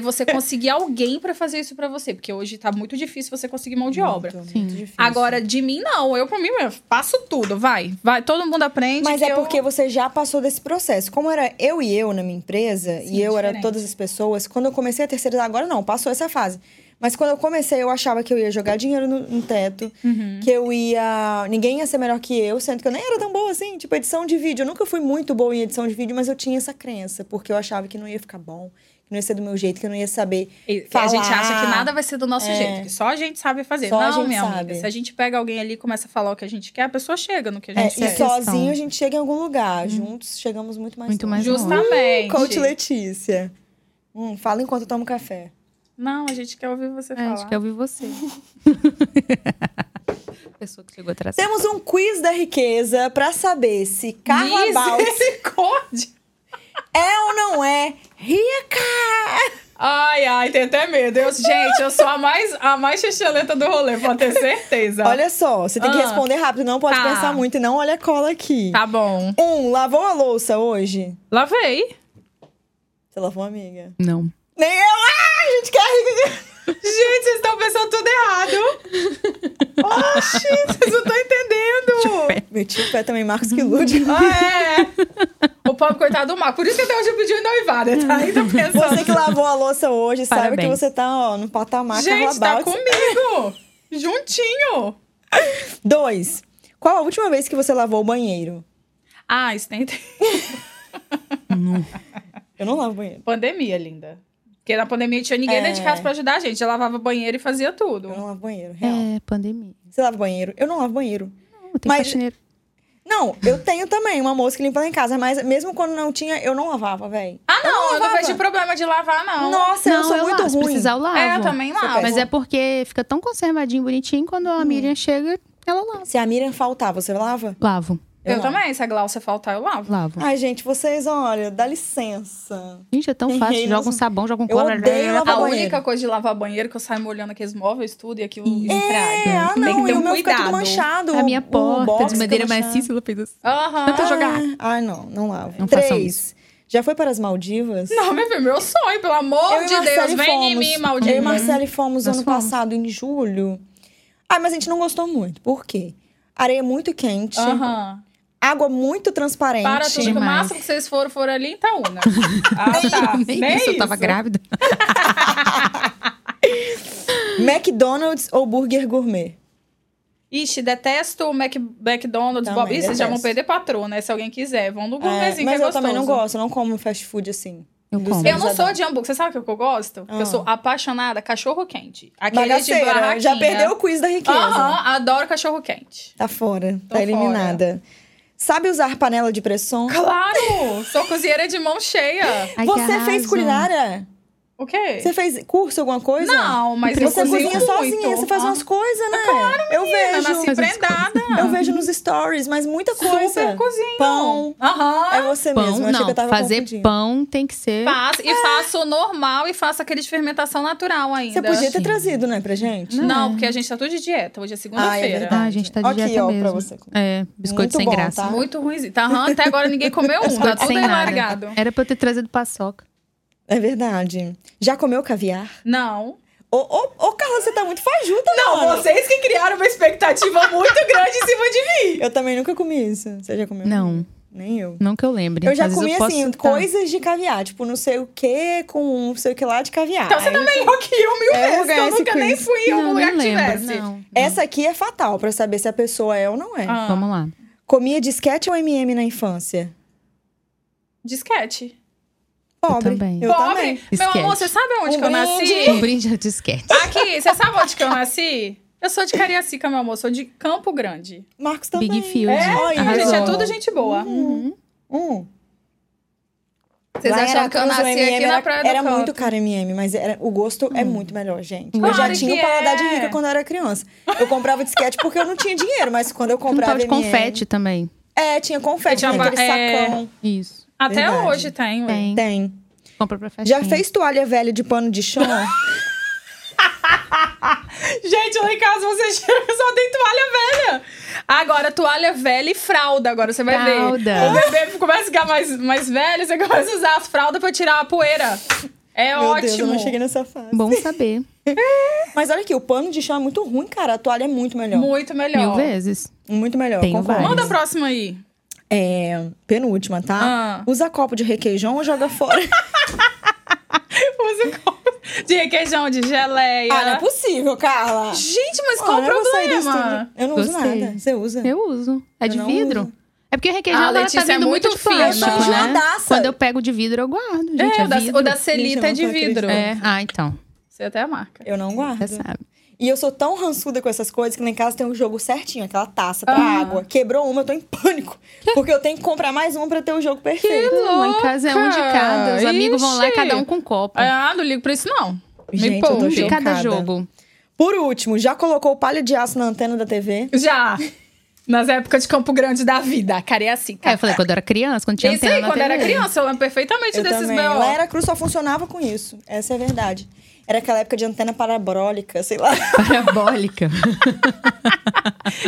você conseguir alguém pra fazer isso pra você, porque hoje tá muito difícil você conseguir mão de obra.
Muito,
Sim.
muito difícil.
Agora, de mim, não. Eu, por mim, mesmo, faço tudo. Vai. Vai. Todo mundo aprende.
Mas
que
é
eu-
porque você já passou desse processo. Como era eu e eu na minha empresa,
Sim,
e eu era
diferente.
todas as pessoas, quando eu comecei a terceirizar, agora não, passou essa fase. Mas quando eu comecei, eu achava que eu ia jogar dinheiro no, no teto,
Uhum.
que eu ia. Ninguém ia ser melhor que eu, sendo que eu nem era tão boa assim. Tipo, edição de vídeo. Eu nunca fui muito boa em edição de vídeo, mas eu tinha essa crença, porque eu achava que não ia ficar bom, que não ia ser do meu jeito, que eu não ia saber.
E- que a gente
falar.
acha que nada vai ser do nosso
É.
jeito, que só a gente sabe fazer.
Só a
não,
gente
minha
sabe.
amiga. Se a gente pega alguém ali e começa a falar o que a gente quer, a pessoa chega no que a
É,
gente
e
quer.
só-
sozinho a gente chega em algum lugar. Juntos chegamos muito mais
Muito
longe.
mais longe.
Justamente.
Coach Letícia. Hum, fala enquanto eu tomo café.
Não, a gente quer ouvir você
É,
falar.
acho que eu vi você. Pessoa que chegou atrasada.
Temos um quiz da riqueza pra saber se Carla Baltz
Misericórdia.
é ou não é rica.
Ai, ai, tem até medo. Eu, gente, eu sou a mais, a mais xixeleta do rolê, pode ter certeza.
Olha só, você tem que
Ah.
responder rápido, não pode
Tá.
pensar muito e não olha a cola aqui.
Tá bom.
Um, lavou a louça hoje?
Lavei.
Você lavou, amiga?
Não.
Nem eu! Ah, a gente quer rica.
Gente, vocês estão pensando tudo errado. Oxi, vocês não estão entendendo.
Meti o pé também, Marcos que ilude.
Ah, é. O pobre coitado do Marco. Por isso que até hoje eu pedi um noivado. Tá ainda pensando.
Você que lavou a louça hoje, sabe que
Parabéns.
você tá, ó, no patamar
Gente,
Carla
tá
Baltz.
comigo. Juntinho.
Dois, qual a última vez que você lavou o banheiro?
Ah, isso tem
Eu não lavo o banheiro.
pandemia, linda. Porque na pandemia tinha ninguém
É.
dentro de casa pra ajudar a gente. Eu lavava banheiro e fazia tudo.
Eu não lavo banheiro, real.
É, pandemia.
Você lava banheiro? Eu não lavo banheiro.
Não, tem
Mas-
faxineira.
Não, eu tenho também uma moça que limpa lá em casa, mas mesmo quando não tinha, eu não lavava, velho.
Ah, não, eu não
lavava.
vejo problema de lavar, não.
Nossa, eu
Não,
sou muito
lavo. Se
ruim. Tá
precisar, eu lavo.
É, eu também lavo.
Mas é porque fica tão conservadinho, bonitinho, quando
Hum.
a Miriam chega, ela lava.
Se a Miriam faltar, você lava?
Lavo,
Eu,
lavo.
também, se a Glaucia faltar, eu lavo.
lavo.
Ai, gente, vocês, olha, dá licença.
Gente, é tão
Errei,
fácil.
nossa.
Joga um sabão, joga um
Eu
cola.
odeio lavar
a
banheiro.
única coisa de lavar banheiro é que eu saio molhando aqueles móveis, tudo, e aquilo estraga.
É, ah,
Tem que
não,
ter
e o
um
meu fica tudo
cuidado.
manchado.
A
o-
minha
o
porta
Um box
de
fica
madeira
manchado.
maciça, ela fez assim.
Aham.
Tenta jogar.
Ah, não, não lavo.
Não façam
Três, já foi para as Maldivas?
Não, meu filho, meu sonho, pelo amor
e
de Deus.
Marcele
Vem em
fomos.
mim,
Eu e
maldito.
Marcele fomos
Nós
ano
fomos.
passado, em julho. Ah, mas a gente não gostou muito. Por quê? Areia é muito quente,
Aham.
água muito transparente.
Para tudo, que o
Demais.
máximo que vocês foram, foram ali em Itaúna. ah, tá.
Nem isso, eu tava grávida.
McDonald's ou Burger Gourmet?
Ixi, detesto o Mac, McDonald's,
Também
Bob. Ih, vocês já vão
detesto.
perder patrô, né? Se alguém quiser. Vão no gourmetzinho,
mas
que é
eu também não
gostoso.
gosto, eu não como fast food assim.
Eu
Dos-
como.
Eu não
Mas
sou
adoro.
de hambúrguer. Você sabe o que eu- que eu gosto? Eu
Ah.
sou apaixonada cachorro quente. Aquele de
Bagaceira,
barraquinha.
já perdeu o né? quiz da riqueza.
Aham, adoro cachorro quente.
Tá fora,
Tô
tá eliminada. Sabe usar panela de pressão?
Claro! sou cozinheira de mão cheia.
Ai, que
Você fez
arraso.
culinária?
O quê?
Você fez curso, alguma coisa?
Não, mas eu
Você
cozinho
cozinha
muito.
sozinha, você faz
Ah. tá
umas coisas, né? Claro, eu
Eu
vejo.
nasci
Faz as
prendada.
Eu vejo nos stories, mas muita coisa.
Ah. Super cozinho.
Pão.
Então Aham.
É você
Pão,
mesmo. Achei que eu
não.
tava
Fazer
confundindo.
pão tem que ser...
Faço, e faço normal e faço aquele de fermentação natural ainda.
Você podia ter
Sim.
trazido, né, pra gente?
Não,
Não.
porque a gente tá tudo de dieta. Hoje
Ah,
é
é
segunda-feira.
verdade.
Ah, gente, tá de
Aqui,
dieta
ó, pra
mesmo.
você.
É,
Muito
biscoito sem
bom,
graça.
tá?
Muito ruim. Tá, aham, até agora ninguém comeu um. Tá tudo
Sem
aí
nada.
largado.
Era pra eu ter trazido paçoca.
É verdade. Já comeu caviar?
Não.
Ô, ô, ô, Carla, você tá muito fajuta, mano.
vocês que criaram uma expectativa muito grande em cima de mim.
Eu também nunca comi isso. Você já comeu?
Não,
Nem eu.
não que eu lembre.
Eu já
Às vezes
comi,
posso
assim,
citar.
coisas de caviar. Tipo, não sei o que com não sei o que lá de caviar.
Então você
Aí-
tá melhor que eu mil
É, eu vou
vezes. que
ganhar
Eu
esse
nunca nem
quiz.
fui em algum
Não,
lugar
não
que
lembro,
tivesse.
não.
Essa aqui é fatal pra saber se a pessoa é ou não é.
Ah,
Vamos lá.
Comia disquete ou MM na infância?
Disquete.
Pobre.
também.
Eu também.
Pobre. Meu
Disquete.
amor, você sabe onde
Um
que eu
Um
nasci?
brinde ao disquete.
Aqui, você sabe onde que eu nasci? Eu sou de Cariacica, meu amor. Sou de Campo Grande.
Marcos também.
Big Field.
É, Olha,
A gente é
Arrasou.
tudo gente boa.
Hum.
Vocês
Lá em
acharam que eu
Aracruz, o
nasci
M&M
aqui na
era,
Praia do
Era
Canto.
muito caro M&M, mas era, o gosto
Hum.
é muito melhor, gente. eu já
Claro
tinha o
que
paladar de
é.
rica quando eu era criança. Eu comprava disquete porque eu não tinha dinheiro, mas quando eu
Um
comprava
tal de
M&M,
confete também.
É, tinha confete,
Tinha
tinha
ba-
aquele
é.
sacão.
Isso.
Até
Verdade.
hoje tem. ué.
Tem.
Tem.
Compra pra festinha.
Já fez toalha velha de pano de chão?
É Gente, lá em casa você chega só tem toalha velha. Agora, toalha velha e fralda. Agora você vai
Fralda.
ver. O bebê começa a ficar mais, mais velho, você começa a usar as fraldas pra tirar a poeira. É
Meu
ótimo.
Deus, eu não cheguei nessa fase.
Bom saber.
Mas olha aqui, o pano de chão é muito ruim, cara. A toalha é muito melhor.
Muito melhor.
Mil vezes.
Muito melhor,
Tenho
concordo.
vários.
Manda a próxima aí.
É, penúltima, tá?
Ah.
Usa copo de requeijão ou joga fora?
Usa copo de requeijão, de geleia.
ah, não é possível, Carla.
Gente, mas qual o
Olha, eu vou sair disso
problema?
tudo. tipo Eu não
Gostei.
uso nada. Você usa?
Eu uso. É
Eu
de
não
vidro?
uso.
É porque requeijão
Ah,
agora
Letícia,
tá vindo
é muito
muito de
fina. Eu
plástico,
sou
né?
enjoadaça.
Quando eu pego de vidro, eu guardo, gente.
É,
É,
o da,
vidro.
o da Celita é
Gente, eu não
de
tô
vidro.
acreditando.
É. Ah, então.
Você até a marca.
Eu não
Você
guardo.
sabe.
E eu sou tão rançuda com essas coisas que lá em casa tem um jogo certinho, aquela taça pra
Ah.
água. Quebrou uma, eu tô em pânico. Porque eu tenho que comprar mais uma pra ter o jogo perfeito.
Não, em casa é um de cada. Os amigos vão lá e cada um com um copo.
É
Ah, não ligo pra isso, não. Me
Gente, eu tô
poupe.
um de cada
chocada.
jogo.
Por último, já colocou palha de aço na antena da TV?
Já. Nas épocas de Campo Grande da vida. A cara é assim,
É,
cara.
eu falei quando eu era criança, quando tinha
Isso
antena
aí,
na
quando era
TV.
criança, eu lembro perfeitamente
Eu
desses
também.
B.O.
Lá era cruz, só funcionava com isso. Essa é a verdade. Era aquela época de antena parabólica, sei lá.
Parabólica.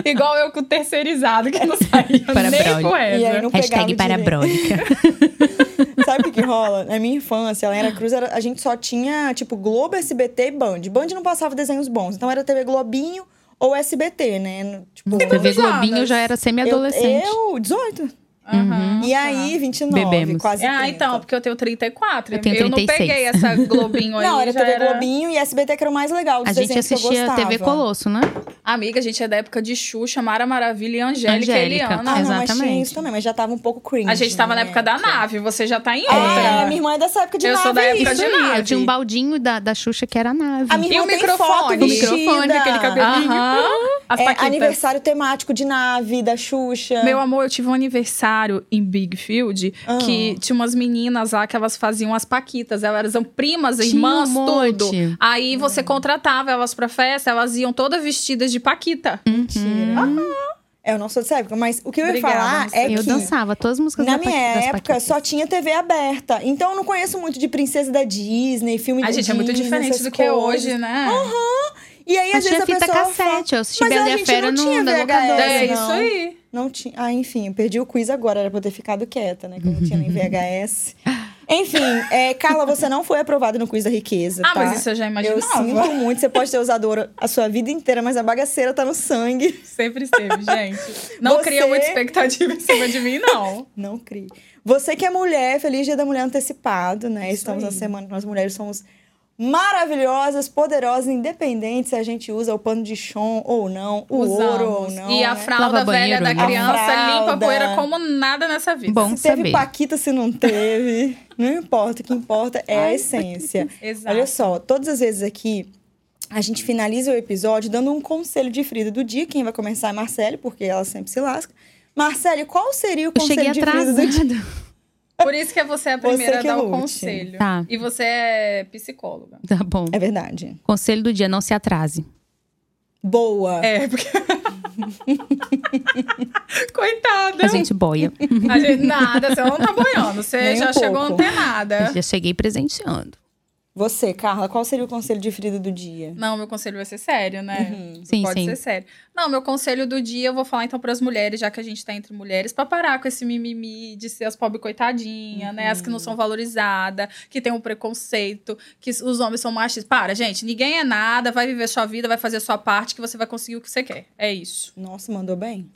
Igual eu com o terceirizado, que eu não saía
Para
nem
Braulio.
com
E aí
essa.
não pegava
Hashtag
direito.
parabólica.
Sabe o que, que rola? Na minha infância, lá em Era Cruz, era- a gente só tinha, tipo, Globo, SBT e Band. Band não passava desenhos bons. Então era TV Globinho ou SBT, né? No- Tipo,
TV
Usadas.
Globinho eu já era
eu,
semi-adolescente.
eu, 18.
Aham.
E aí, 29,
Bebemos.
quase
Ah,
30.
então, porque eu tenho 34.
Eu tenho
não
36.
peguei essa Globinho aí.
Não, era
já
TV Globinho e SBT que era o mais legal dos
A gente
desenhos que eu
assistia
gostava.
TV Colosso, né?
Amiga, a gente é da época de Xuxa, Mara Maravilha e Angélica, e
Angélica.
Eliana.
Ah, não, mas tinha
Exatamente.
isso também, mas já tava um pouco cringe.
A gente tava na
né?
época da nave, você já tá em
É,
outra.
minha irmã é dessa época de
Eu
nave.
sou da época
isso.
de nave.
Eu tinha um baldinho da, da Xuxa que era a nave.
A minha
E
irmã
o
tem
microfone?
foto
O
vestida.
microfone, aquele cabelinho. As
É,
Paquitas.
aniversário temático de nave, da Xuxa.
Meu amor, eu tive um aniversário em Big Field
Ah.
que tinha umas meninas lá que elas faziam as paquitas. Elas eram primas,
Tinha
irmãs,
um monte.
tudo.
Hum.
Aí você contratava elas pra festa, elas iam todas vestidas de paquita.
Mentira.
Uhum.
É, eu não sou dessa época, mas o que eu ia
Obrigada,
falar é
eu
que
dançava todas as músicas
na
da
minha
Paqui- das
época
Paquitas.
só tinha TV aberta. Então eu não conheço muito de princesa da Disney, filme
A
da
gente é
Disney,
muito diferente
essas
do que
coisas.
hoje, né?
E aí, às
Mas
vezes,
tinha
a
fita
pessoa fala-
cassete, eu assisti
Mas
Bela
a
e a
gente não
Fera no,
tinha
da
VHS.
locadora.
É
não.
isso aí.
Não tinha. Ah, enfim, eu perdi o quiz agora, era pra eu ter ficado quieta, né? Que eu não tinha nem VHS. Enfim, é, Carla, você não foi aprovada no quiz da riqueza.
Ah,
tá?
mas isso eu já
Eu
imaginava.
sinto muito, você pode ter usado ouro a sua vida inteira, mas a bagaceira tá no sangue.
Sempre esteve, gente. Não
Você-
cria muita expectativa em cima de mim, não.
Não crie. Você que é mulher, feliz dia da mulher antecipado, né?
Isso
Estamos
aí.
na semana que nós mulheres somos maravilhosas, poderosas, independentes, se a gente usa o pano de chão ou não, o ouro ou
Usamos.
não.
E a
né?
fralda
Lava
velha
banheiro,
da
né?
A
criança limpa a
fralda.
poeira como nada nessa vida.
Bom
Se teve
saber.
paquita, se não teve. não importa, o que importa é a essência.
Exato.
Olha só, todas as vezes aqui, a gente finaliza o episódio dando um conselho de Frida do dia. Quem vai começar é Marcele, porque ela sempre se lasca. Marcele, qual seria o
Eu
conselho
cheguei
de Frida do dia?
atrasada.
Por isso que você é a primeira
Você que
a dar o
lute.
conselho.
Tá.
E você é psicóloga.
Tá bom.
É verdade.
Conselho do dia, não se atrase.
Boa.
É, porque. Coitada.
A gente boia.
A gente- Nada, você não tá boiando. Você
Nem um
já chegou
pouco. É.
antenada.
Já cheguei presenteando.
Você, Carla, qual seria o conselho de Frida do dia?
Não, meu conselho vai ser sério, né?
Uhum.
Sim,
Pode
sim.
ser sério. Não, meu conselho do dia, eu vou falar então pras mulheres, já que a gente tá entre mulheres, pra parar com esse mimimi de ser as pobres coitadinhas, né? As que
Uhum.
não são valorizadas, que tem um preconceito, que s- os homens são machistas. Para, gente, ninguém é nada, vai viver sua vida, vai fazer sua parte, que você vai conseguir o que você quer. É isso.
Nossa, mandou bem.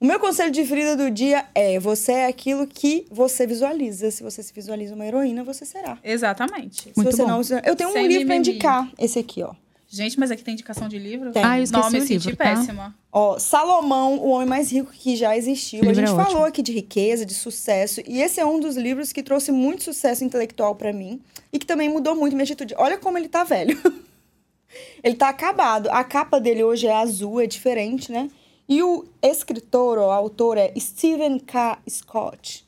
O meu conselho de Frida do dia é: você é aquilo que você visualiza. Se você se visualiza uma heroína, você será.
Exatamente.
Muito
se você
bom.
não, se- eu tenho um
Sem
livro pra
mimimi.
indicar, esse aqui, ó.
Gente, mas aqui tem indicação de livro?
Tem.
Ah, eu esqueci
Não, me
o
senti
livro, tá?
péssima.
Ó, Salomão, o homem mais rico que já existiu. A
Esse livro
gente
é
falou
ótimo.
aqui de riqueza, de sucesso, e esse é um dos livros que trouxe muito sucesso intelectual pra mim e que também mudou muito minha atitude. Olha como ele tá velho. ele tá acabado. A capa dele hoje é azul, é diferente, né? E o escritor, ou autor é Stephen K. Scott.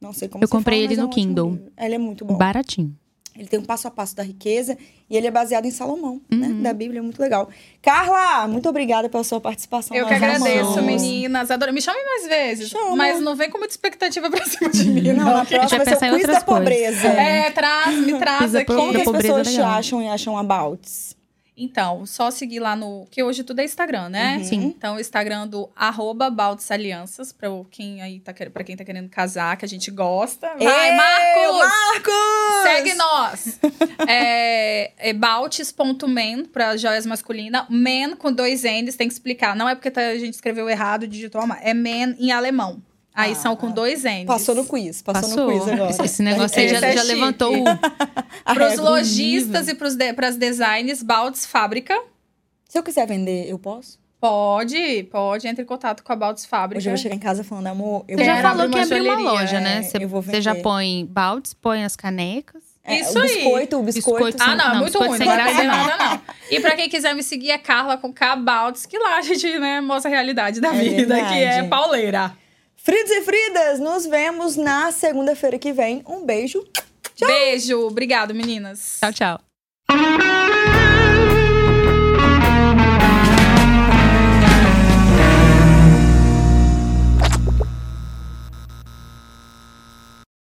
Não sei como
Eu
se fala,
comprei
mas
ele
é
no
um ótimo
Kindle.
livro. Ele é muito bom.
Baratinho.
Ele tem um passo a passo da riqueza e ele é baseado em Salomão, né?
Uhum.
Da Bíblia, é muito legal. Carla, muito obrigada pela sua participação.
Eu que
nós
agradeço,
amamos.
meninas. Adoro. Me chamem mais vezes.
Chama.
Mas não vem com muita expectativa pra cima de mim.
Não, na próxima vai
pensar
ser
em
o quiz da
outras coisas.
pobreza.
É, traz, me traz
Pisa
aqui.
por-
Como que as
pobreza
pessoas
é
te
legal.
acham e acham abouts?
Então, só seguir lá no. Que hoje tudo é Instagram, né?
Uhum.
Sim.
Então, o Instagram do arroba Baldes Alianças, pra o- quem aí tá querendo, pra quem tá querendo casar, que a gente gosta. Vai,
Ei,
Marcos!
Marcos!
Segue nós! é, é baltes.men pra joias masculina. Men com dois N's, tem que explicar. Não é porque tá- a gente escreveu errado, digitou mal. É men em alemão. Aí
Ah,
são com dois N's.
Passou no quiz, passou, no quiz agora.
Esse negócio aí
Esse
já,
é
já
chique.
levantou o.
A
Pros
régua.
lojistas e pros de, pras designs, Baldes Fábrica.
Se eu quiser vender, eu posso?
Pode, pode. Entre em contato com a Baldes Fábrica.
Hoje eu vou chegar em casa falando, amor, eu
Você já
quero
falou
abrir
que
uma
abriu uma
joalheria,
loja,
é,
né? Você
eu vou
você já
vender.
põe baldes, põe as canecas.
É,
Isso
o
aí.
biscoito, o biscoito.
Biscoito.
Ah, não, é
Não,
muito
biscoito
ruim.
sem
não vai
graça,
fazer
não.
nada, não. E pra quem quiser me seguir, é Carla com K Baldes, que lá a gente né, mostra a realidade da
É
vida,
verdade.
que é pauleira.
Fridos e Fridas, nos vemos na segunda-feira que vem. Um beijo.
Beijo, obrigado, meninas.
Tchau, tchau.